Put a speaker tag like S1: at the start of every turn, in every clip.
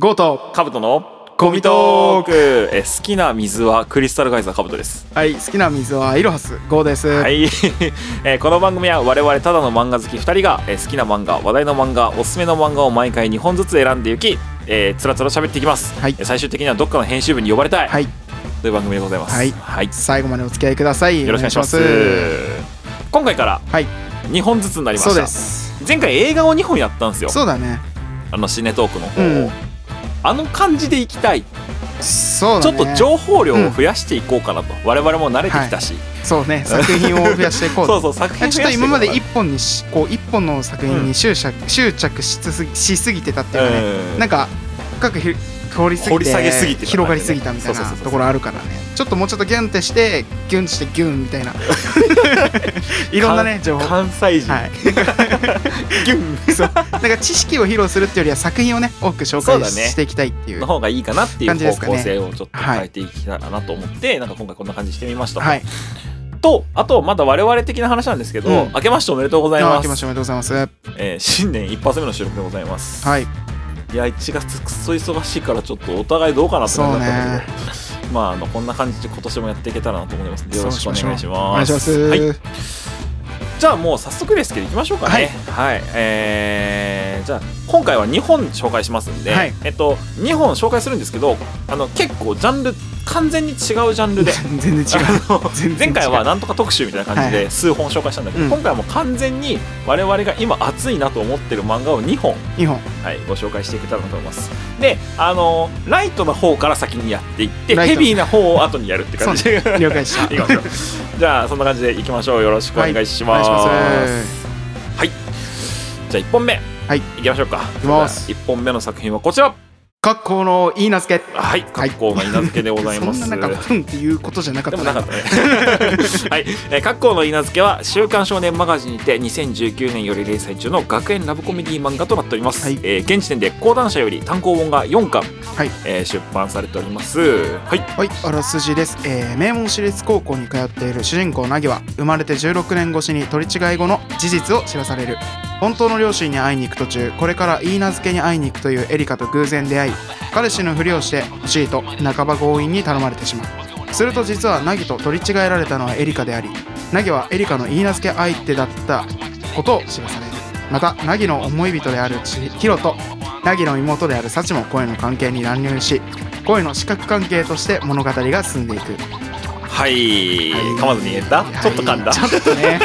S1: ゴート
S2: カブトの
S1: ゴミトーク
S2: クえ好きな水はクリスタルガイザーカブトです
S1: はい好きな水はイロハスゴーです
S2: は
S1: はい、
S2: い、 えーこの番組は我々ただの漫画好き2人が、えー好きな漫画話題の漫画おすすめの漫画を毎回2本ずつ選んでいき、えー、つらつら喋っていきます、
S1: はい
S2: えー最終的にはどっかの編集部に呼ばれたい、という番組でございます
S1: はい最後までお付き合いください
S2: よろしくお願いします
S1: お願いし
S2: 今回から
S1: ますはい
S2: 2本ずつになりま
S1: そう
S2: し
S1: で
S2: た
S1: す
S2: 前回映画を2本やったんですよ
S1: そうだね
S2: あのシネトークの方を、
S1: うん
S2: あの感じでいきたい、
S1: そう
S2: ち
S1: だ
S2: ょっ
S1: ね
S2: と情報量を増やしていこうかなと、我々も慣れてきたし、
S1: そうね作品を増やしていこう
S2: そうそう作品
S1: ち
S2: 増
S1: ょっ
S2: や
S1: と
S2: してい
S1: 今ま
S2: こうかな
S1: で一本にしこう一本の作品に執着、執着しつすぎしすぎてたっていうかね、
S2: うん
S1: なんか深くひ掘りすぎて
S2: 掘り下げすぎてた
S1: 広がりすぎたみたい
S2: そうそう
S1: な
S2: そうそう
S1: ところあるからねちょっともうちょっとギュンってしてギュンしてギュンみ たいな いろんなね
S2: 関
S1: 情報
S2: 関西人、
S1: はい、そうなんか知識を披露するっていうよりは作品をね多く紹
S2: そ
S1: 介
S2: うだ
S1: し,、
S2: ね
S1: ていきたいっていう
S2: の
S1: は
S2: 方がいいかなっていう
S1: 感じです
S2: 方
S1: かね
S2: 向性をちょっと変えていきたらなと思って、なんか今回こんな感じにしてみました、
S1: い
S2: とあとまだ我々的な話なんですけど、
S1: うん
S2: 明けましておめでとうござい
S1: あ
S2: ま
S1: 明け
S2: す
S1: ましておめでとうございますは
S2: えー新年一発目の収録でございます、
S1: い
S2: い、や1月くっそ忙しいからちょっとお互いどうかなって感じだったんだけど、 まああのこんな感じで今年もやっていけたらなと思いますんでよろしくお願いし
S1: お
S2: ま
S1: 願い
S2: す
S1: します、
S2: はいじゃあもう早速ですけど行きましょうかねはい、えー、じゃあ今回は2本紹介しますんで、
S1: はい
S2: えっと2本紹介するんですけどあの結構ジャンル完全に違うジャンルで
S1: 全然違う
S2: あの
S1: 全然違う
S2: 前回 はなんとか特集みたいな感じ
S1: はい
S2: で数本紹介したんだけど、
S1: うん
S2: 今回はもう完全に我々が今熱いなと思ってる漫画を2本、
S1: 2本
S2: はい、ご紹介していけたらなと思いますであのライトの方から先にやっていって
S1: ライト
S2: ヘビーな方を後にやるって感じ で
S1: 了解した
S2: いきましょうじゃあそんな感じでいきましょうよろしくお願いし
S1: お願
S2: ま
S1: い
S2: す,、
S1: します
S2: はい。じゃあ1本目。はいいきましょうか。
S1: きます
S2: 1本目の作品はこちら。
S1: 格好のいいなすけ
S2: はい。格好の稲漬けでございます。
S1: そんななんかふんっていうことじゃなかっ
S2: で
S1: た
S2: もなかったね。 はい。えー、格好の稲漬けは週刊少年マガジンにて2019年より連載中の学園ラブコメディ漫画となっております。
S1: はい
S2: えー現時点で講談社より単行本が4巻、
S1: はい
S2: えー出版されております。はい。
S1: はい、あらすじです、えー名門私立高校に通っている主人公なぎは生まれて16年越しに取り違い後の事実を知らされる本当の両親に会いに行く途中これからいいなずけに会いに行くというエリカと偶然出会い彼氏のふりをして欲しいと半ば強引に頼まれてしまうすると実はなぎと取り違えられたのはエリカでありなぎはエリカのいいなずけ相手だったことを知らされるまたなぎの思い人であるちひろとなぎの妹である幸も恋の関係に乱入し恋の視覚関係として物語が進んでいく
S2: はい。噛まずに言えた、
S1: はい
S2: ちょっと噛んだ
S1: ち。ょっとね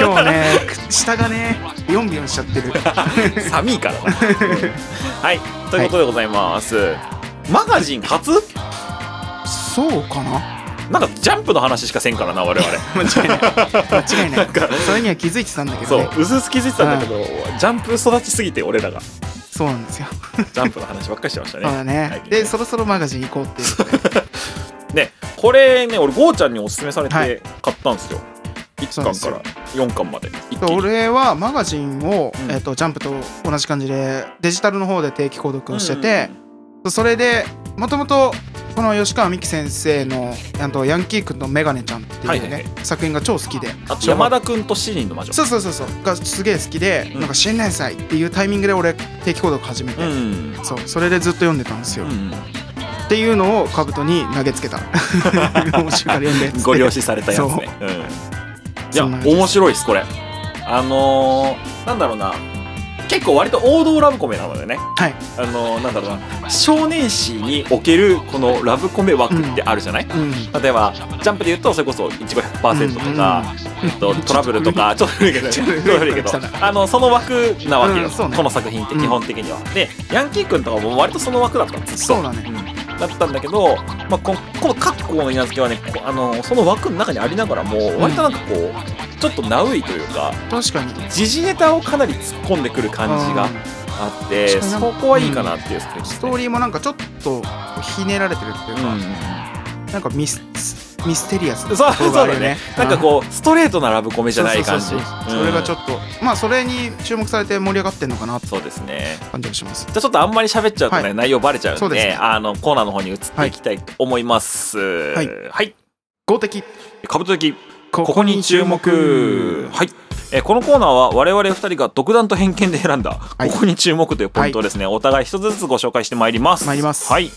S1: 今日ねく下がね4秒しちゃってる
S2: 寒いからなはい。ということでございます。マガジン初
S1: そうかな
S2: なんかジャンプの話しかせんからな我々
S1: 間違いない間違いない
S2: か
S1: それには気づいてたんだけど
S2: そ
S1: ね
S2: ううすうす気づいてたんだけど、ジャンプ育ちすぎて俺らがジ
S1: そうなんですよ
S2: ャンプの話ばっかりしてまし
S1: そ
S2: た
S1: うだ
S2: ね
S1: ねでそろそろマガジン行こうっていうことで
S2: ねこれね俺ゴーちゃんにおすすめされ
S1: は
S2: て
S1: い
S2: 買ったんですよ、1巻から4巻まで一
S1: で
S2: 気に
S1: 俺はマガジンを、
S2: うん
S1: えっとジャンプと同じ感じでデジタルの方で定期購読をしてて、それでもともとこの吉川美樹先生のあとヤンキー君とメガネちゃんっていうね、
S2: はいはいはい
S1: 作品が超好きで
S2: あと山田君と七人の魔女
S1: そうそうそうそうがすげえ好きで、
S2: うん
S1: なんか新年祭っていうタイミングで俺定期購読始めて、
S2: うんうん
S1: そうそれでずっと読んでたんですよ、
S2: う
S1: っ
S2: ん
S1: ていうのを兜に投げつ けた面白いから読んでっつって
S2: ご了承されたやつねうんいや
S1: そんな感じです
S2: 面白いですこれあのー、なんだろうな結構割と王道ラブコメなのでね
S1: はい
S2: あのなんだろうな少年誌におけるこのラブコメ枠ってあるじゃない、
S1: うん
S2: 例えばジャンプで言うとそれこそいちご100%とか、えっとトラブルとかちょっと古いけどね
S1: ち
S2: ちょ
S1: ょ
S2: っ
S1: っ
S2: と
S1: と
S2: 古
S1: 古
S2: い
S1: い
S2: け
S1: け
S2: ど
S1: ど
S2: あのその枠なわけよ、
S1: うんそうね
S2: この作品って
S1: うん
S2: 基本的には、でヤンキー君とかも割とその枠だったんです
S1: そうだね
S2: だったんだけど、まあ、ここの格好の稲漬けはねこあのその枠の中にありながらも割となんかこう、ちょっとナウいというか
S1: 確かに
S2: 時事ネタをかなり突っ込んでくる感じが
S1: うん
S2: あって、
S1: うん
S2: そこはいいかなっていう作品ですね
S1: ストーリーもなんかちょっとひねられてるっていうか、なんかミスミステリアス
S2: うん、
S1: な
S2: そう
S1: とこ
S2: そう
S1: ろがあ
S2: だ
S1: るよ
S2: ね
S1: ね。
S2: なんかこうストレートなラブコメ
S1: う
S2: じゃない感じ
S1: そうそうそうそれがちょ
S2: と
S1: っとまあそれに注目されて盛り上がってんのかなって
S2: そうですね
S1: 感じがします。
S2: じゃあちょっとあんまり喋っちゃうとね、
S1: はい
S2: 内容バレちゃうんで
S1: そうですね
S2: あのコーナーの方に移っていきたいと思いますはいい、はい、
S1: 強敵
S2: 株的
S1: こ
S2: ここに注目はい、ええーこのコーナーは我々2人が独断と偏見で選んだ、
S1: はい
S2: ここに注目というポイントをですね、お互い一つずつご紹介してまいります
S1: 参ります
S2: はいいい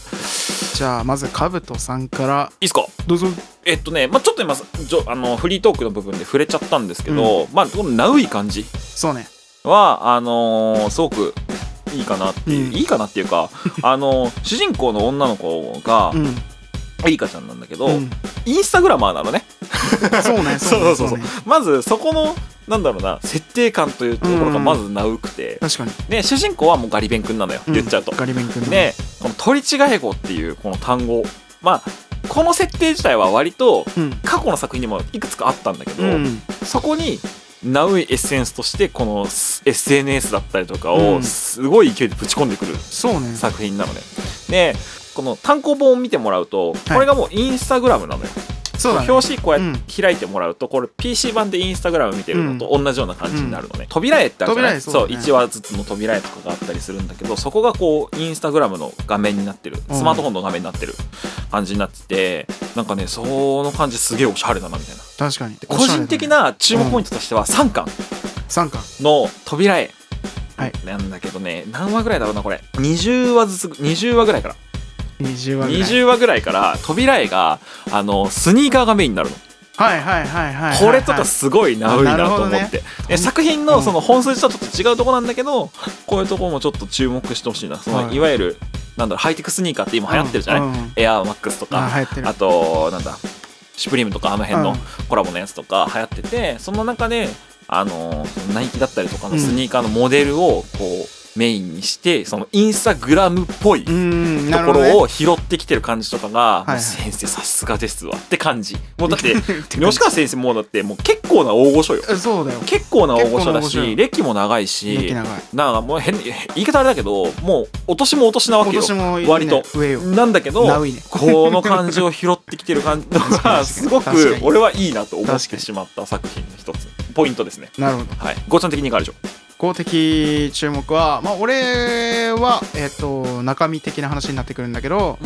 S1: じゃあまずカブトさんから
S2: ですか
S1: どうぞ
S2: えっとね、まあ、ちょっと今じょあのフリートークの部分で触れちゃったんですけど、まあこのナウい感じ
S1: そうね
S2: はあのーすごくいいかなっていう、
S1: うん
S2: いいかなってい うかあのー主人公の女の子が
S1: うん、
S2: エリカちゃんなんだけど、
S1: うん、
S2: インスタグラマーなのね
S1: そうね
S2: そう
S1: ね
S2: そうそう
S1: ね
S2: まずそこのなんだろうな設定感というところがまずナウくて、
S1: 確かに
S2: ね主人公はもうガリ勉くんなのよ、
S1: うん
S2: 言っちゃうと。
S1: ガリベン君の
S2: でこの「取り違え語」っていうこの単語まあこの設定自体は割と
S1: うん
S2: 過去の作品にもいくつかあったんだけど、
S1: うん
S2: そこにナウイエッセンスとしてこの S- SNS だったりとか
S1: う
S2: を
S1: ん
S2: すごい勢いでぶち込んでくる
S1: そうね
S2: 作品なのね。でこの単行本を見てもらうとこれがもうインスタグラムなのよ。
S1: そうだね
S2: 表紙こうやって開いてもらうと、これ PC 版でインスタグラム見てるのと同じような感じになるのね、扉絵ってあるじゃない
S1: 扉絵
S2: そ,、
S1: そううだね
S2: 1話ずつの扉絵とかがあったりするんだけどそこがこうインスタグラムの画面になってる
S1: うん
S2: スマートフォンの画面になってる感じになっててなんかねその感じすげえおしゃれだなみたいな
S1: 確かに
S2: で個人的な注目ポイントとしては3巻
S1: 3巻
S2: の扉絵
S1: はい
S2: なんだけどね何話ぐらいだろうなこれ20話ずつ20話ぐらいから
S1: 20話ぐらい
S2: 20話ぐらいから扉絵があのスニーカーがメインになるの。
S1: はいはいはいはいはい
S2: これとかすごいナウいなと思っ
S1: あなるほ
S2: て、で作品のその本筋とはちょっと違うところなんだけどこういうところもちょっと注目してほしいなその、
S1: はい
S2: い、わゆるなんだろうハイテクスニーカーって今流行ってるじゃない、
S1: うんうん
S2: エアーマックスとか
S1: あ
S2: あ
S1: 流行ってる
S2: となんだシュプリームとかあの辺
S1: う
S2: の
S1: ん
S2: コラボのやつとか流行っててその中であのーナイキだったりとかのスニーカーのモデルをこうメインにしてそのインスタグラムっぽいと
S1: うんなる
S2: こ
S1: ほどね
S2: ろを拾ってきてる感じとかが、
S1: はいはい
S2: もう先生さすがですわって感じもう だって吉川先生もうだってもう結構な大御所よ
S1: えそうだよ
S2: 結構な大御所
S1: 結構な大
S2: だ
S1: 御
S2: し
S1: 所
S2: 歴も長い
S1: 歴
S2: し
S1: 長い
S2: なんかもう変言い方あれだけどもうお年もお年なわけ
S1: 今
S2: よ
S1: 年もいいね
S2: 割と
S1: 上よ
S2: なんだけど
S1: ナウいね
S2: この感じを拾ってきてる感じの
S1: 確か
S2: が
S1: に
S2: すごく
S1: 確かに
S2: 俺はいいなと思っ
S1: 確か
S2: て
S1: に
S2: しまった作品の一つポイントですね
S1: なるほど
S2: はいごちゃん的にいかがでしょ
S1: 公的注目はまあ俺はえっと中身的な話になってくるんだけど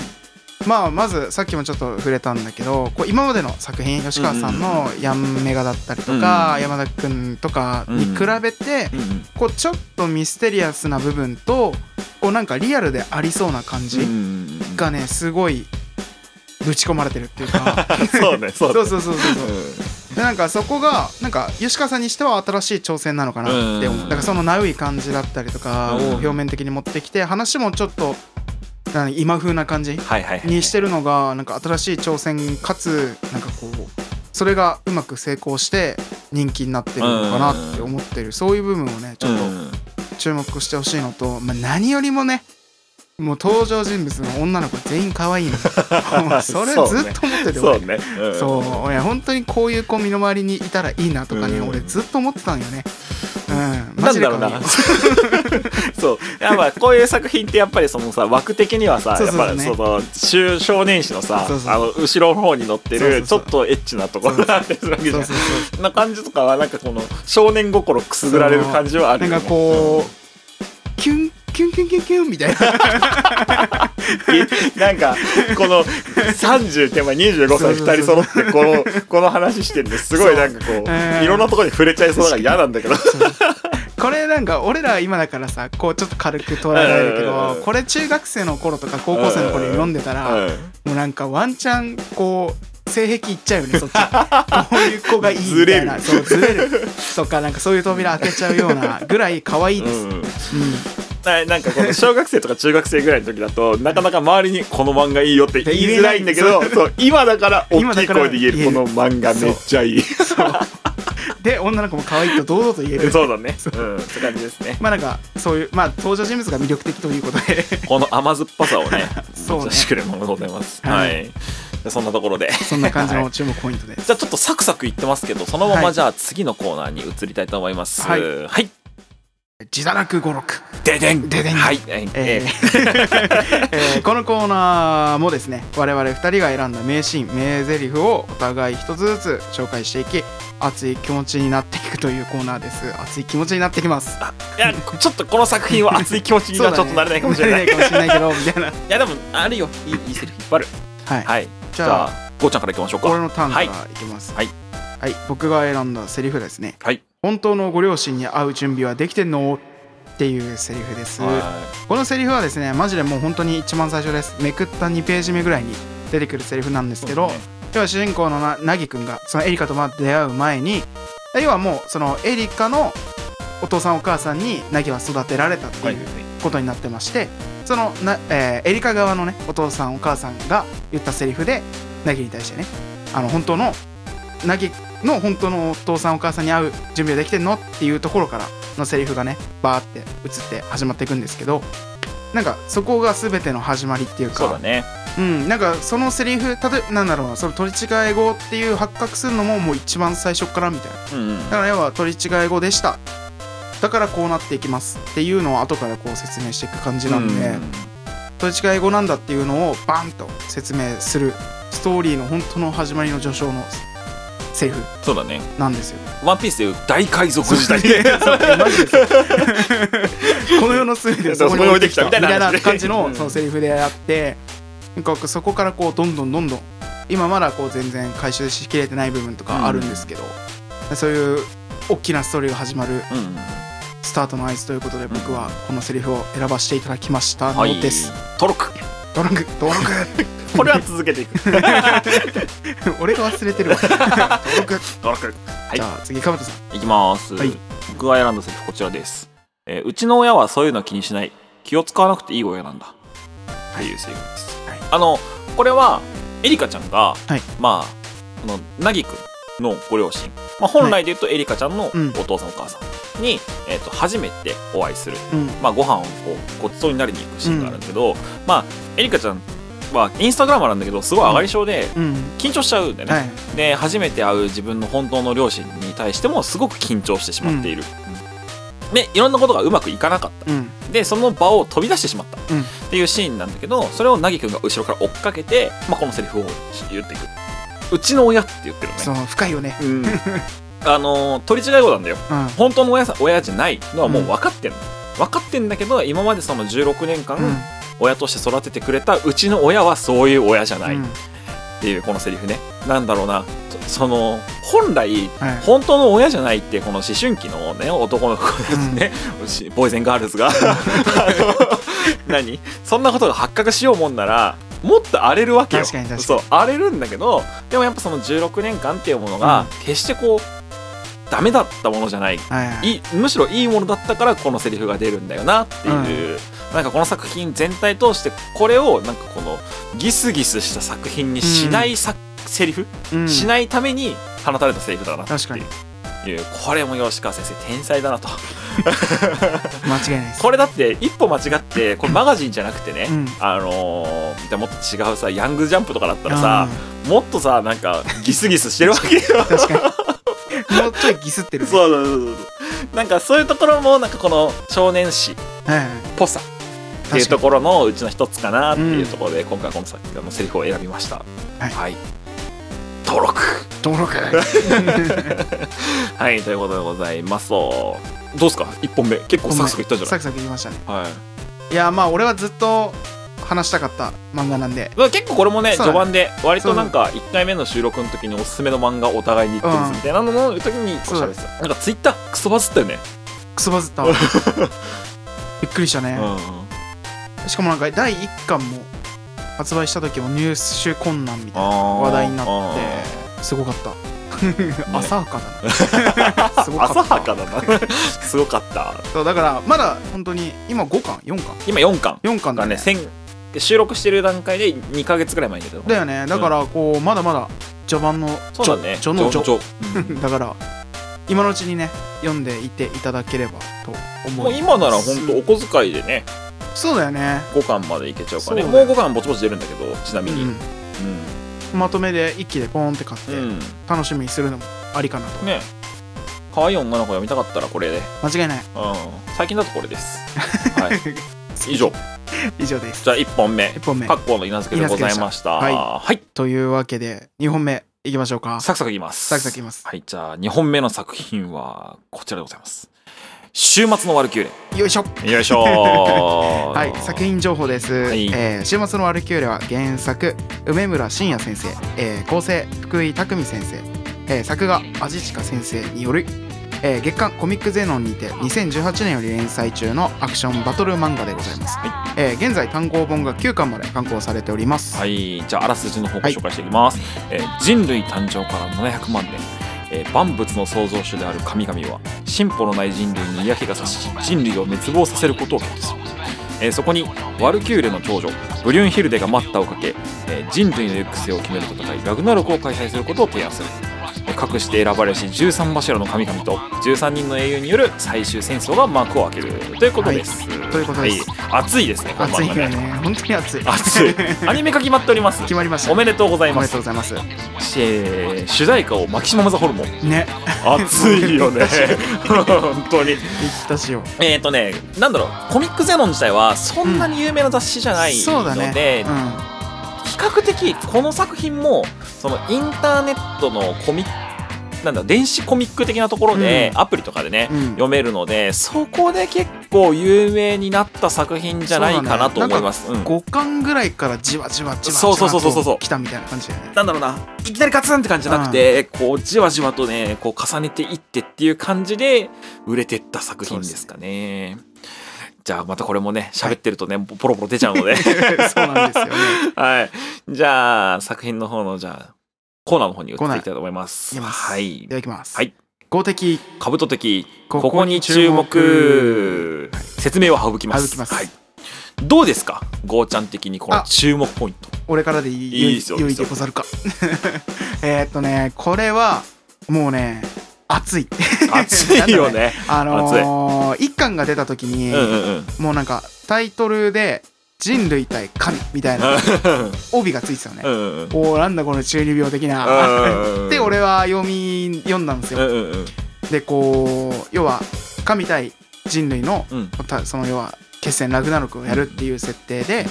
S1: まあまずさっきもちょっと触れたんだけどこう今までの作品吉川さんのヤンメガだったりとか
S2: うん
S1: 山田君とかに比べて
S2: う、うんうん
S1: こうちょっとミステリアスな部分とこうなんかリアルでありそうな感
S2: うんう
S1: じ
S2: んうん
S1: がねすごいぶち込まれてるっていうか
S2: そうね
S1: そううそ
S2: そね
S1: うそうそうそうでなんかそこがなんか吉川さんにしては新しい挑戦なのかなって
S2: うん
S1: 思うだからそのナウい感じだったりとかを
S2: うん
S1: 表面的に持ってきて話もちょっとなんか今風な感じ
S2: はいはいはい
S1: にしてるのがなんか新しい挑戦かつなんかこうそれがうまく成功して人気になってるのかなって思ってるそういう部分をねちょっ
S2: う
S1: と
S2: ん
S1: 注目してほしいのと、まあ、何よりもねもう登場人物の女の子全員可愛いの もうそれずっと思ってて
S2: そ
S1: 俺
S2: うねん
S1: そう俺本当にこういう子身の回りにいたらいいなとかね
S2: うん
S1: 俺ずっと思ってたんよねうん
S2: な
S1: マ
S2: ん
S1: ジ
S2: だ
S1: で
S2: ろう
S1: 可愛い
S2: な。 そう。やっぱこういう作品ってやっぱりそのさ枠的にはさ、
S1: そう
S2: やっ
S1: そうそう
S2: ぱその中少年誌のさ
S1: そう、そう
S2: あの後ろの方に載っ
S1: そ
S2: て
S1: うそう
S2: るち
S1: そ
S2: ょ
S1: う
S2: っとエッチなところがあったりするわけじ
S1: そ
S2: ゃ
S1: うんそうそ
S2: な感じとかはなんかこの少年心くすぐられる感じはあ
S1: う
S2: る
S1: な
S2: よ
S1: んか
S2: ね。
S1: こうキュンキュンキュンキュンキュンみたいな
S2: え なんかこの30手前25歳
S1: そうそう
S2: 2人
S1: そ
S2: 揃
S1: う
S2: ってこ のこの話してるんですごいなんかこ
S1: う
S2: うんいろんなところに触れちゃいそうだから嫌なんだけど
S1: これなんか俺ら今だからさこうちょっと軽く捉えられるけ
S2: うん
S1: どこれ中学生の頃とか高校生の頃に読んでたら
S2: うん
S1: もうなんかワンチャンこう性癖いっちゃうよね そっちこういう子がいいみたいな
S2: ずれ
S1: そうずれるとかなんかそういう扉開けちゃうようなぐらい可愛いです、
S2: うん
S1: うん
S2: はいなんか この小学生とか中学生ぐらいの時だとなかなか周りに「この漫画いいよ」って言いづらいんだけ
S1: 言え
S2: ど
S1: ない
S2: そう今だから大
S1: 今
S2: き
S1: だ
S2: い
S1: から
S2: 声で言える
S1: 言え
S2: こ
S1: る
S2: の漫画めっちゃいいそ
S1: で女の子も可愛いと堂々と言える
S2: うだねうんって感じですね
S1: まあなんかそういうまあ登場人物が魅力的ということ で
S2: この甘酸っぱさをね
S1: そうね
S2: 持ち出してくれるものでございますは
S1: はい
S2: いそんなところで
S1: そんな感じの注目ポイントです、
S2: じゃあちょっとサクサクいってますけどそのま
S1: は
S2: ま
S1: い
S2: じゃあ次のコーナーに移りたいと思いますは
S1: はい
S2: い
S1: 自堕落語録、
S2: ででん
S1: ででん
S2: はいえ
S1: え
S2: え
S1: ー えーこのコーナーもですね我々2人が選んだ名シーン名台詞をお互い一つずつ紹介していき熱い気持ちになっていくというコーナーです熱い気持ちになってきます
S2: いやちょっとこの作品は熱い気持ちにはちょっとなれないかもしれないい
S1: そうだねなれないかもしれないけどみたいな
S2: やでもあるよいいいいセリフいっぱいある
S1: はい、
S2: はい
S1: じ
S2: じ
S1: ゃ
S2: ゃ
S1: あ
S2: あゴーちゃんからいきましょうか
S1: 俺のターンからいきます
S2: はい
S1: はい、僕が選んだセリフですね
S2: はい
S1: 本当のご両親に会う準備はできてんの?」っていうセリフです
S2: は
S1: このセリフはですねマジでもう本当に一番最初ですめくった2ページ目ぐらいに出てくるセリフなんですけど
S2: そうです
S1: 要は主人公のななぎくんがそのエリカとまあ出会う前に要はもうそのエリカのお父さんお母さんになぎは育てられたって
S2: はい
S1: いうことになってましてそのな、えーエリカ側のねお父さんお母さんが言ったセリフでなぎに対してねあの本当のなぎの本当のお父さんお母さんに会う準備はできてんのっていうところからのセリフがねバーって映って始まっていくんですけどなんかそこが全ての始まりっていうか
S2: そうだね
S1: うん、なんかそのセリフたとなんだろうなその取り違え語っていう発覚するのももう一番最初からみたいな
S2: うんうん
S1: だから要は取り違え語でしただからこうなっていきますっていうのを後からこう説明していく感じなんで、取り違え語なんだっていうのをバンと説明するストーリーの本当の始まりの序章のセリフ
S2: うんそうだね
S1: なんですよ
S2: ワンピースでいう大海賊 時代
S1: マジですよ この世の全てをそこに置いてきたみ
S2: み
S1: た
S2: た
S1: い
S2: いな話
S1: な感じ
S2: う
S1: の
S2: ん
S1: そのセリフであってなんかそこからこうどんどんどんどん今まだこう全然回収しきれてない部分とかあるんですけど、そういう大きなストーリーが始まる
S2: うんうん
S1: スタートの合図ということで僕はこのセリフを選ばせていただきましたのです、
S2: トロック
S1: ドランクドラン
S2: これは続けていく
S1: ク 俺が忘れ てるわドランク
S2: トロックい
S1: じゃあ次かぶとさん
S2: いきます、
S1: はい
S2: 僕が選んだセリフこちらです、えーうちの親はそういうの気にしない気を使わなくていい親なんだっていうセリフです、
S1: はい
S2: あのこれはエリカちゃんが、
S1: はい
S2: まあこのなぎくんのご両親、まあ、本来で言うとエリカちゃんの
S1: うん
S2: お父さんお母さんに、えー、と初めてお会いする、
S1: うん
S2: まあ、ご飯をこうごちそうになりに行くシーンがあるんだけど、まあエリカちゃんはインスタグラマーなんだけどすごい上がり症で
S1: うん
S2: 緊張しちゃうんだよね、
S1: はい
S2: で初めて会う自分の本当の両親に対してもすごく緊張してしまっている、でいろんなことがうまくいかなかっ
S1: うん
S2: たでその場を飛び出してしまったっ
S1: うん
S2: ていうシーンなんだけどそれを凪くんが後ろから追っかけて、まあ、このセリフを言っていくうちの親って言ってる
S1: そ
S2: ね
S1: う深いよね
S2: うんあのー取り違い子なんだよ
S1: うん
S2: 本当の親さ親じゃないのはもう分かってんの、分かってんだけど今までその16年間
S1: うん
S2: 親として育ててくれたうちの親はそういう親じゃないっ
S1: うん
S2: ていうこのセリフねなんだろうなそその本来
S1: はい
S2: 本当の親じゃないってこの思春期のね男の子たちね、しボーイズガールズがあの何そんなことが発覚しようもんならもっと荒れるわけよ
S1: 確かに確かに
S2: そう荒れるんだけどでもやっぱその16年間っていうもの
S1: う
S2: が
S1: ん
S2: 決してこう、ダメだったものじゃない
S1: はいはい
S2: いいむしろいいものだったからこのセリフが出るんだよなっていう、なんかこの作品全体通してこれをなんかこのギスギスした作品にしないさ、セリフ
S1: うん
S2: しないために放たれたセリフだなっていう
S1: 確かに
S2: いうこれも吉川先生天才だなと
S1: 間違いないです
S2: これだって一歩間違ってこれマガジンじゃなくてね、
S1: うん
S2: あのーじゃあもっと違うさヤングジャンプとかだったらさ、もっとさなんかギスギスしてるわけよ
S1: うん確かにもうちょいギスってるね
S2: そうそうそうそうなんかそういうところもなんかこの少年誌っ
S1: はいはい
S2: ぽさってい
S1: 確
S2: う
S1: か
S2: と
S1: に
S2: ころのうちの一つかなってい
S1: う
S2: う
S1: ん
S2: ところで、今回この作品のセリフを選びました
S1: はい
S2: 登録
S1: 登録
S2: はいということでございますどうですか1本目結構サクサクいったんじゃな
S1: サ
S2: い
S1: クサクいきましたね
S2: はい
S1: いやまあ俺はずっと話したかった漫画なんで
S2: まあ結構これもね
S1: そうだね
S2: 序盤で割となんか1回目の収録の時におすすめの漫画お互いに言ってますみたいなのの時にこう喋ってたなんかツイッタークソバズったよね
S1: クソバズっ たわびっくりした
S2: う
S1: ね、
S2: ん
S1: しかもなんか第1巻も発売した時も入手困難みたいな
S2: 話
S1: 話題になってすごかった浅はかだ なすごかった
S2: 浅はかだな すごかった
S1: そうだからまだ本当に今5巻4巻
S2: 今4巻
S1: 4巻だ
S2: が
S1: ね
S2: ね先収録してる段階で2か月ぐらい前に出たの
S1: だよねだからこうまだまだ序盤の
S2: そうだね
S1: 序序の序
S2: 序序
S1: だから今のうちにね読んでいていただければと
S2: うん
S1: 思
S2: も
S1: いうます
S2: 今なら本当お小遣いでね
S1: そうだよね
S2: 5巻までいけちゃうからね
S1: そう
S2: もう
S1: だよ
S2: 5巻ぼちぼち出るんだけどちなみにうん
S1: うんまとめで一気でポーンって買って
S2: うん
S1: 楽しみにするのもありかなと
S2: ね可愛い女の子読みたかったらこれで
S1: 間違いない
S2: うん最近だとこ れです。はい、以上。
S1: 以上です
S2: じゃあ1本目。
S1: 1本目
S2: 各校の稲付けでございました。
S1: 稲
S2: は
S1: 漬
S2: い、
S1: というわけで2本目いきましょうか
S2: サクサクいきます。
S1: サクサクいきます
S2: はい。じゃあ2本目の作品はこちらでございます。週末のワルキュー
S1: よいしょ
S2: レ。よいしょー。
S1: はい、作品情報です、
S2: い
S1: えー週末のワルキューレ」は原作梅村真也先生、えー構成福井拓海先生、えー作画味近先生によるえー月刊コミックゼノンにて2018年より連載中のアクションバトル漫画でございます、
S2: は
S1: えー現在単行本が9巻まで刊行されております、
S2: はい、じゃああらすじの方ご紹介していきます、えー人類誕生から700万年、えー万物の創造主である神々は進歩のない人類に嫌気がさし人類を滅亡させることを決意する、えーそこにワルキューレの長女ブリュンヒルデが待ったをかけ、えー人類の行く末を決める戦いラグナロクを開催することを提案するえーかくして選ばれし13柱の神々と13人の英雄による最終戦争が幕を開けるということです、
S1: いということです
S2: はい熱いですねこの
S1: 暑
S2: 漫
S1: い
S2: 画
S1: よ
S2: ね
S1: ね本当に暑い
S2: 熱 いアニメ化決まっております
S1: 決まりました
S2: おめでとうござい
S1: おめ
S2: ま
S1: ですとうございます
S2: えー主題歌をマキシマムザホ ルモン
S1: ね
S2: 熱いよね本当に
S1: 言ったしよう
S2: えっ、とねなんだろうコミックゼノン自体はそんなに有名な雑誌じゃないので、
S1: そうだね、うん、
S2: 比較的この作品もそのインターネットのコミなんだ電子コミック的なところで、
S1: うん
S2: アプリとかでね、
S1: うん
S2: 読めるのでそこで結構有名になった作品じゃないかなと思います。うん
S1: 五巻ぐらいからじわじわじわじ
S2: そう
S1: わ
S2: そうそうそうそう
S1: と来たみたいな感じだよね。
S2: なんだろうないきなりガツンって感じじゃなくて、こうじわじわとねこう重ねていってっていう感じで売れてった作品ですかね。じゃあまたこれもね喋ってるとね、ポロポロ出ちゃうの で
S1: そうなんですよね。
S2: はいじゃあ作品の方のじゃあコーナーの方に移っていきたいと思います。
S1: コーナーいきます
S2: はい
S1: ではいきます。
S2: はい。
S1: 豪的
S2: カブト的
S1: こ
S2: こ
S1: こ
S2: こに注
S1: に注
S2: 目説明を省きます
S1: 省きます
S2: はい、どうですかゴーちゃん的にこの
S1: あ
S2: 注目ポイン ト
S1: 俺からでいい
S2: いいですよ
S1: 良いでござるか。 えーっとねこれはもうね熱い。
S2: 熱いよね
S1: あのー、一巻が出た時に、
S2: うんうんうん
S1: もうなんかタイトルで人類対神みたいな帯がついてたよね。
S2: うんうんうん
S1: おーなんだこの中二病的な。 で俺は読み読んだんですよ。
S2: うんうんうん
S1: でこう要は神対人類の
S2: うん
S1: たその要は決戦ラグナロクをやるっていう設定で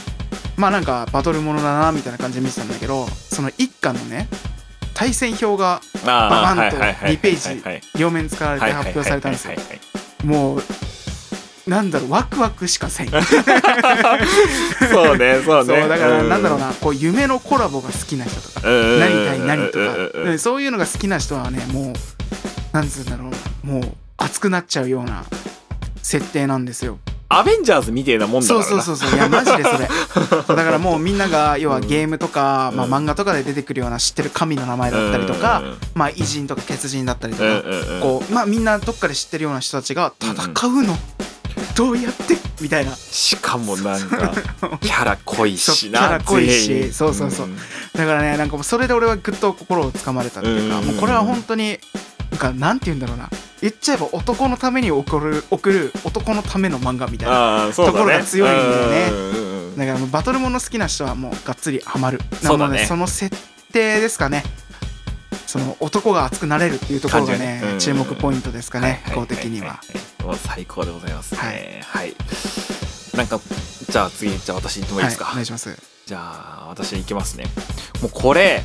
S1: まあなんかバトルものだなみたいな感じで見てたんだけどその一巻のね対戦表が
S2: あ
S1: バ
S2: ー
S1: バンと
S2: はいはいはい
S1: 2ページ
S2: はいはい
S1: 両面使われて発表されたんですよ
S2: はいはいはいはい
S1: もうなんだろうワクワクしか せんそう
S2: そうねそうね
S1: だからなんだろうなこう夢のコラボが好きな人とか
S2: うん
S1: 何対何と
S2: うんうんうんう
S1: か
S2: ん
S1: そういうのが好きな人はねもうなんつうんだろうもう熱くなっちゃうような設定なんですよ
S2: アベンジャーズみてえなもんだから
S1: そう
S2: な
S1: そうそうそういやマジで それそうだからもうみんなが要はゲームとか、
S2: うん
S1: まあ、漫画とかで出てくるような知ってる神の名前だったりとか、
S2: うんうんうん
S1: まあ、偉人とか血人だったりと
S2: う
S1: か、
S2: んうんうん
S1: こうまあ、みんなどっかで知ってるような人たちが戦うの、どうやってみたいな
S2: しかもなんかキャラ濃いしな
S1: そうキャラ濃いし
S2: 全員
S1: そうそうそうんだからねなんかもうそれで俺はぐっと心をつかまれたっていうか、
S2: うん
S1: もうこれは本当になんかなんて言うんだろうな言っちゃえば男のために送る送る男のための漫画みたいな
S2: ああそうだね
S1: ところが強いんだよね
S2: うんうんうん
S1: だからもうバトルもの好きな人はもうがっつりハマる
S2: そうだ
S1: な
S2: ね
S1: のでその設定ですかねその男が熱くなれるっていうところが
S2: 感
S1: ね
S2: じがねうん
S1: 注目ポイントですかね
S2: はい
S1: 公的には。
S2: いいいもう最高でございますねはい、なんかじゃあ次じゃあ私行ってもいい
S1: は
S2: で
S1: い
S2: すか、
S1: お願いします
S2: じゃあ私行きますねもうこれ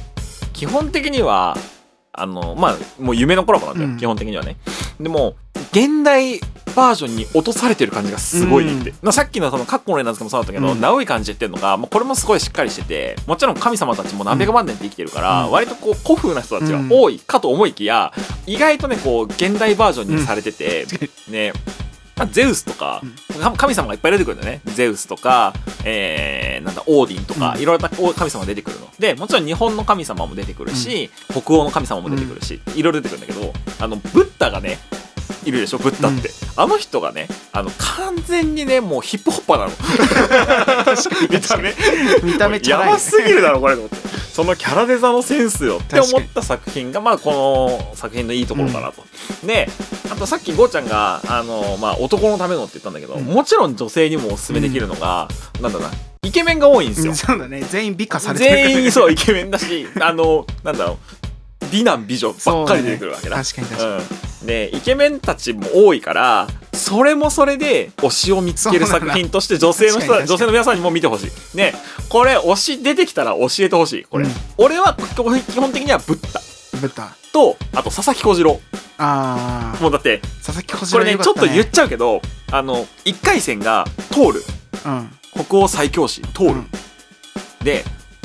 S2: 基本的にはあのまあもう夢のコラボなんだよ、
S1: うん
S2: 基本的にはねでも現代バージョンに落とされてる感じがすごいって、
S1: う
S2: なさっきのそのカッコの例なんですけどもそうだったけど、
S1: うん
S2: ナウイ感じっていうのがもうこれもすごいしっかりしててもちろん神様たちも何百万年って生きてるから、
S1: うん
S2: 割とこう古風な人たちが多いかと思いきや、意外とねこう現代バージョンにされてて、ねまあ、ゼウスとか、神様がいっぱい出てくるんだよねゼウスとか、えーなんだオーディンとか、
S1: うん
S2: いろいろな神様が出てくるのでもちろん日本の神様も出てくるし、北欧の神様も出てくるし、いろいろ出てくるんだけどあのブッダがねいるでしょブッダって、あの人がねあの完全にねもうヒップホッパーなの 見た目
S1: 見た目チャ
S2: や
S1: ラい
S2: ばすぎるだろこれと思ってそのキャラデザのセンスよって思った作品がまあこの作品のいいところかなと、であとさっきゴーちゃんがあの、まあ、男のためのって言ったんだけど、
S1: うん
S2: もちろん女性にもおすすめできるのが、なんだろうなイケメンが多いんです
S1: う
S2: よ
S1: ん そうだね全員美化されてるからね
S2: 全員そうイケメンだしあのなんだろう美男美女ばっかり出てくるわけだ
S1: 確かに確かに
S2: うん、でイケメンたちも多いからそれもそれで推しを見つける
S1: そうなんだ
S2: 作品として女性の人
S1: 確かに確かに
S2: 女性の皆さんにも見てほしいねこれ推し出てきたら教えてほしいこれ、
S1: うん
S2: 俺は基本基本的にはブッダ
S1: ブッダ
S2: とあと佐々木小次郎
S1: あー
S2: もうだって
S1: 佐々木小次
S2: こ
S1: 郎
S2: れね
S1: よか
S2: ちょっ
S1: った
S2: と
S1: ね
S2: 言っちゃうけどあの1回戦が通る
S1: うん
S2: 北欧最強市通る、
S1: うん
S2: で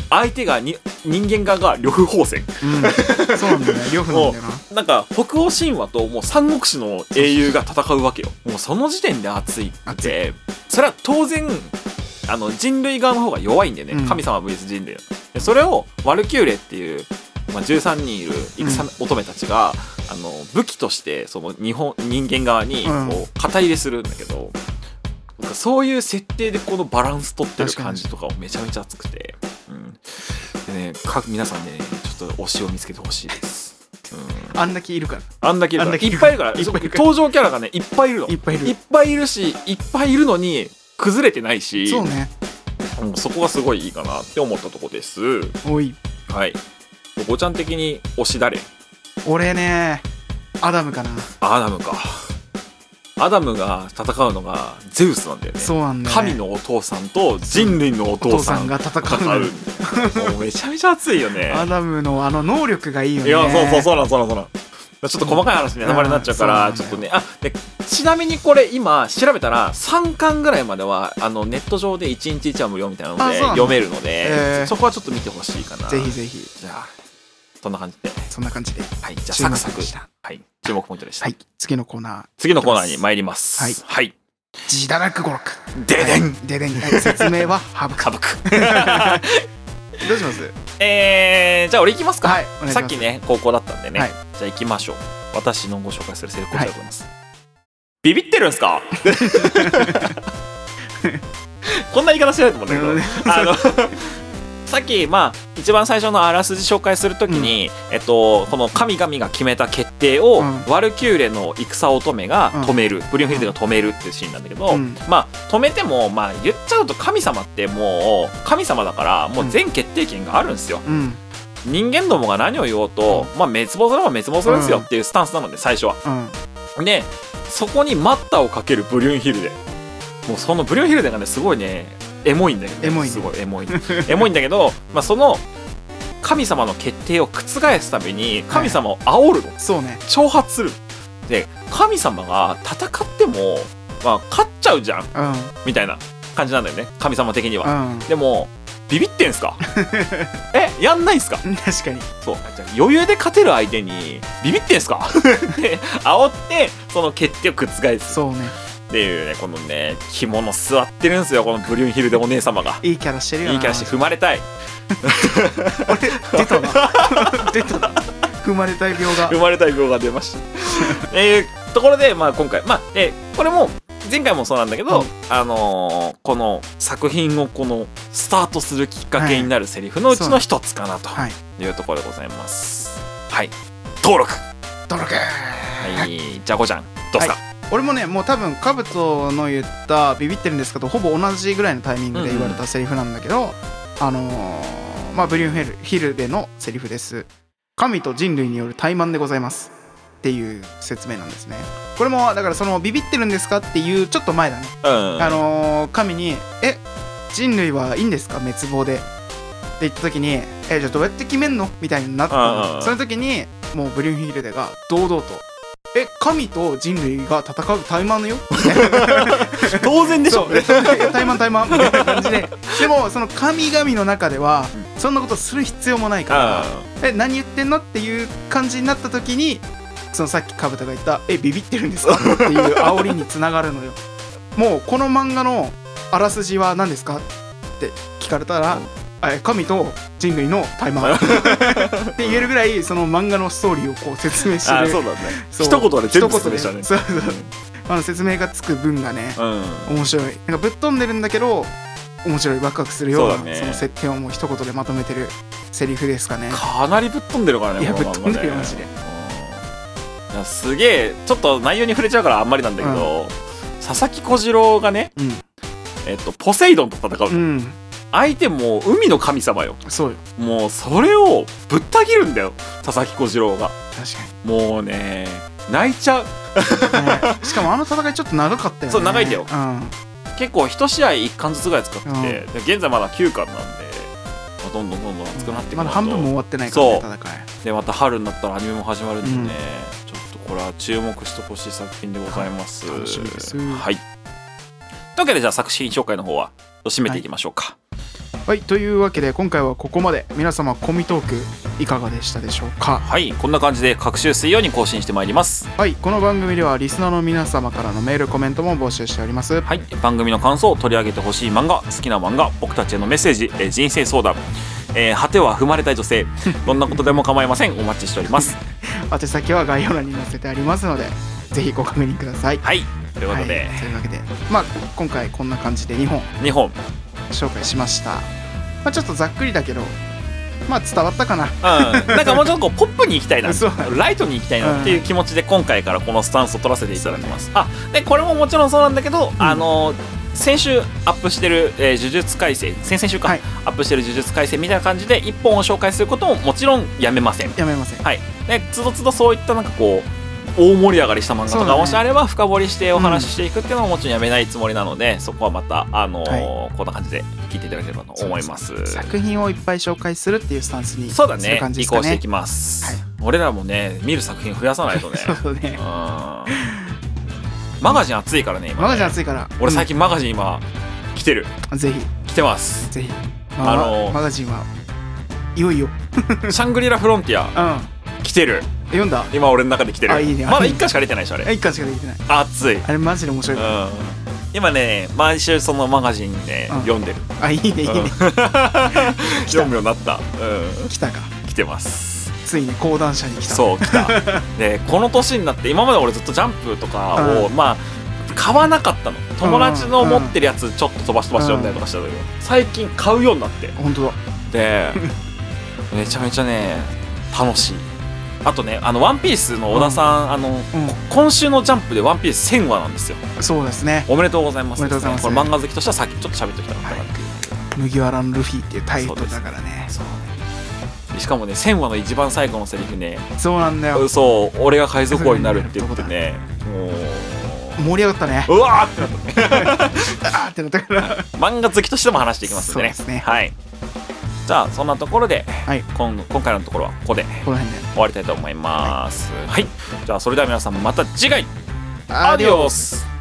S2: 相手がに人間側が呂布放線
S1: うん、そうなんだよ ね呂布なんだよな
S2: なんか北欧神話ともう三国志の英雄が戦うわけよもうその時点で熱いっ
S1: 熱
S2: てそれは当然あの人類側の方が弱いんでね、
S1: うん
S2: 神様 VS 人類でそれをワルキューレっていう、まあ、13人いる戦乙女たちが、あの武器としてその日本人間側に
S1: うん
S2: こう肩入れするんだけど、なんかそういう設定でこのバランス取ってる感じとかをめちゃめちゃ熱くて、うんでね、各皆さんねちょっと推しを見つけてほしいです。うん
S1: あんだけいるから
S2: あんだけいるか
S1: あん
S2: ら
S1: だけい
S2: い
S1: る
S2: っぱいいるから
S1: いっぱいいるから
S2: 登場キャラがねいっぱいいるの
S1: いっぱいいる
S2: いっぱいいるしいっぱいいるのに崩れてないし
S1: そうね
S2: うんそこがすごいいいかなって思ったとこです
S1: おい
S2: はいごちゃん的に推し誰
S1: 俺ねアダムかな
S2: アダムかアダムが戦うのがゼウスなんだよね
S1: そうなんだよね
S2: 神のお父さんと人類のお
S1: お
S2: 父
S1: 父
S2: さ
S1: さ
S2: ん
S1: んが戦うの
S2: 戦
S1: よ
S2: うもうめちゃめちゃ熱い よね
S1: アダムのあの能力がいいよ
S2: い
S1: ね
S2: やそうそうそうなんそうなんそうなんちょっと細かい話に
S1: うん
S2: ネタバレになっちゃうから、
S1: うん
S2: ち
S1: そ
S2: ょ
S1: う
S2: っ
S1: な
S2: と
S1: んだ
S2: ねあでちなみにこれ今調べたら3巻ぐらいまではあのネット上で1日1話無料みたいなの
S1: あ
S2: で
S1: そうなんだ
S2: 読めるので、
S1: へー
S2: そこはちょっと見てほしいかな
S1: ぜひぜひ
S2: じゃあそんな感じで
S1: そんな感じで
S2: はいじゃあ
S1: 注目
S2: サクサク
S1: でした
S2: はい注目ポイントでした、
S1: はい次のコーナ
S2: 次のコーナーに参ります
S1: はい
S2: はい、
S1: ージダラク語録
S2: ででん
S1: ででんはい説明は省 く
S2: 家族
S1: どうします
S2: えー、じゃあ俺行きますか、
S1: はいお願いします
S2: さっきね高校だったんでね、
S1: はい
S2: じゃあ行きましょう私のご紹介する成功者でございます、ビビってるんすか こんな言い方しないと思うんだけど、
S1: うん
S2: あのさっきまあ一番最初のあらすじ紹介するときに、えっと、この神々が決めた決定を、
S1: うん
S2: ワルキューレの戦乙女が止める、ブリュンヒルデが止めるっていうシーンなんだけど、
S1: うん
S2: まあ止めても、まあ、言っちゃうと神様ってもう神様だからもう全決定権があるんですよ、
S1: うん
S2: 人間どもが何を言おうと、まあ、滅亡すれば滅亡するんですよっていうスタンスなので最初は。
S1: うん
S2: でそこに待ったをかけるブリュンヒルデもうそのブリュンヒルデがねすごいねエモいんだけどね、
S1: エモいね
S2: すごい エモいエモいんだけど、まあ、その神様の決定を覆すために神様を煽るの
S1: そうね
S2: 挑発するで神様が戦っても、まあ、勝っちゃうじゃん
S1: うん
S2: みたいな感じなんだよね神様的には、
S1: うん
S2: でもビビってん すかえやんないんすか
S1: 確かに
S2: そうじゃあ余裕で勝てる相手にビビってんすかで煽ってその決定を覆す
S1: そうね
S2: っていうねこのね着物座ってるんですよこのブリュンヒルデお姉様が
S1: いいキャラしてるよない
S2: いキャラして踏まれたい
S1: 俺出たな 出たな踏まれたい病 が
S2: 踏まれたい病が出ましたえーところで、まあ、今回まあでこれも前回もそうなんだけど、
S1: うん
S2: あのーこの作品をこのスタートするきっかけになるセリフのうちの一つかなと
S1: はい
S2: いうところでございますはい登録
S1: ドロク
S2: はいじゃあこちゃんどうすか、
S1: 俺もねもう多分カブトの言ったビビってるんですけどほぼ同じぐらいのタイミングで言われたセリフなんだけど、あのーまあブリュンヘルヒルでのセリフです神と人類による怠慢でございますっていう説明なんですねこれもだからそのビビってるんですかっていうちょっと前だね、
S2: うん
S1: あのー神に「え人類はいいんですか滅亡で」って言った時に「えじゃあどうやって決めんの?」みたいになった
S2: うん
S1: のその時にもうブリュンヒルデが堂々と「え神と人類が戦う怠慢のよ」
S2: 当然 でしょ
S1: そうえ怠慢怠慢みたいな感じででもその神々の中ではそんなことする必要もないから「え何言ってんの?」っていう感じになった時にそのさっきカブタが言った「えビビってるんですか?」っていう煽りにつながるのよもうこの漫画のあらすじは何ですかって聞かれたら「え神と人類の怠 慢」って言えるぐらいその漫画のストーリーをこう説明して
S2: あー
S1: る
S2: そうだね
S1: そう
S2: 一言で全部
S1: 一
S2: 説
S1: 言
S2: 明
S1: で
S2: したね
S1: そうそうあの説明がつく文がね、
S2: うん
S1: 面白いなんかぶっ飛んでるんだけど面白いワクワクするような
S2: そ
S1: そ,、
S2: うだね
S1: の設定をもう一言でまとめてるセリフですかね
S2: かなりぶっ飛んでるからね
S1: いや
S2: この漫画
S1: ぶっ飛んでるよマジで
S2: うんいやすげえちょっと内容に触れちゃうからあんまりなんだけど、佐々木小次郎がね、
S1: う
S2: えっと、ポセイドンと戦う、
S1: んうん
S2: 相手もう海の神様よ
S1: そうよ
S2: もうそれをぶった切るんだよ佐々木小次郎が
S1: 確
S2: もうね泣いちゃう
S1: かに、ねしかもあの戦いちょっと長かったよね
S2: そう長いんだよ
S1: うん
S2: 結構一試合1巻ずつぐらい使ってて、
S1: うん
S2: で現在まだ9巻なんでまあどんどんどんどん熱くなってくる
S1: まだ半分も終わってないからね戦い
S2: でまた春になったらアニメも始まるんでね、ちょっとこれは注目してほしい作品でございます、
S1: はい楽しみです
S2: はいというわけでじゃあ作品紹介の方は締めていきましょうか、
S1: はいというわけで今回はここまで皆様コミトークいかがでしたでしょうか
S2: はいこんな感じで各週水曜に更新してまいります
S1: はいこの番組ではリスナーの皆様からのメールコメントも募集しております
S2: はい番組の感想を取り上げてほしい漫画好きな漫画僕たちへのメッセージ、えー人生相談えー果ては踏まれたい 女性どんなことでも構いませんお待ちしております
S1: 宛先は概要欄に載せてありますのでぜひご確認ください
S2: はいということで、
S1: はい、というわけでまあ今回こんな感じで2本
S2: 日本うん
S1: 紹介しました、まあ、ちょっとざっくりだけどまあ伝わったかな
S2: なんかもうちょっとこうポップに行きたいな
S1: そう
S2: ライトに行きたいなっていう気持ちで今回からこのスタンスを取らせていただきますあでこれももちろんそうなんだけど、あの先週アップしてる、えー呪術改正先々週か、
S1: はい
S2: アップしてる呪術改正みたいな感じで一本を紹介することももちろんやめません
S1: やめません
S2: はい、でつどつどそういったなんかこう大盛り上がりした漫画
S1: そ
S2: と
S1: うだ
S2: か
S1: ね
S2: もしあれば深掘りしてお話ししていくっていうのはもちろんやめないつもりなので、そこはまた、あのー
S1: は
S2: こんな感じで聞いていただければと思います。
S1: 作品をいっぱい紹介するっていうスタンスに
S2: そうだね
S1: する感じで
S2: 移
S1: すか
S2: 行して
S1: ね
S2: いきます、
S1: はい
S2: 俺らもね見る作品増やさな いとね
S1: そうだ
S2: う
S1: ね
S2: んマガジン熱いからね今
S1: マガジン熱いから
S2: 俺最近マガジン今来てる
S1: うんぜひ
S2: 来てま す
S1: ぜひ、
S2: あのー
S1: マガジンはいよいよ
S2: シャングリラフロンティア
S1: うん
S2: 来てる
S1: 読んだ
S2: 今俺の中で来てる
S1: あいいね
S2: まだ1巻しか出てないでしょあれ
S1: 一巻しかできてない
S2: 熱い
S1: あれマジで面白いから、
S2: うん今ね毎週そのマガジンね、
S1: うん
S2: 読んでる、
S1: あいいねいいね、
S2: うん 読むようになった、う
S1: 来たか
S2: ん、来てます
S1: ついに講談社に来た
S2: そう来た でこの年になって今まで俺ずっと「ジャンプ」とかを、
S1: う
S2: まあ買わなかったの友達の持ってるやつちょっと飛ばし飛ばし読んだりとかしてたけど、最近買うようになって
S1: 本当だ
S2: で めちゃめちゃね楽しいあとねあの「ワンピースの小田さん、あの
S1: う
S2: 今週の「ジャンプ」で「ワンピース1000話なんですよ
S1: んそうですね
S2: おめでとうございます
S1: おめでとうございます
S2: これ漫画好きとしてはさっきちょっと喋っておきたかったなっていう、
S1: 麦わらのルフィっていうタイトルだからね
S2: そうねしかもね1000話の一番最後のセリフね
S1: そうなんだよ
S2: そう俺が海賊王になるって言ってねも
S1: 盛り上がったね
S2: ううわーってなった
S1: あーってなったから
S2: 漫画好きとしても話していきますんでね
S1: そうですね
S2: はいじゃあそんなところで、
S1: はい
S2: 今今回のところはここで
S1: この辺で
S2: 終わりたいと思いますはい、じゃあそれでは皆さんまた次回
S1: ア
S2: アデ
S1: ディオ
S2: ィオス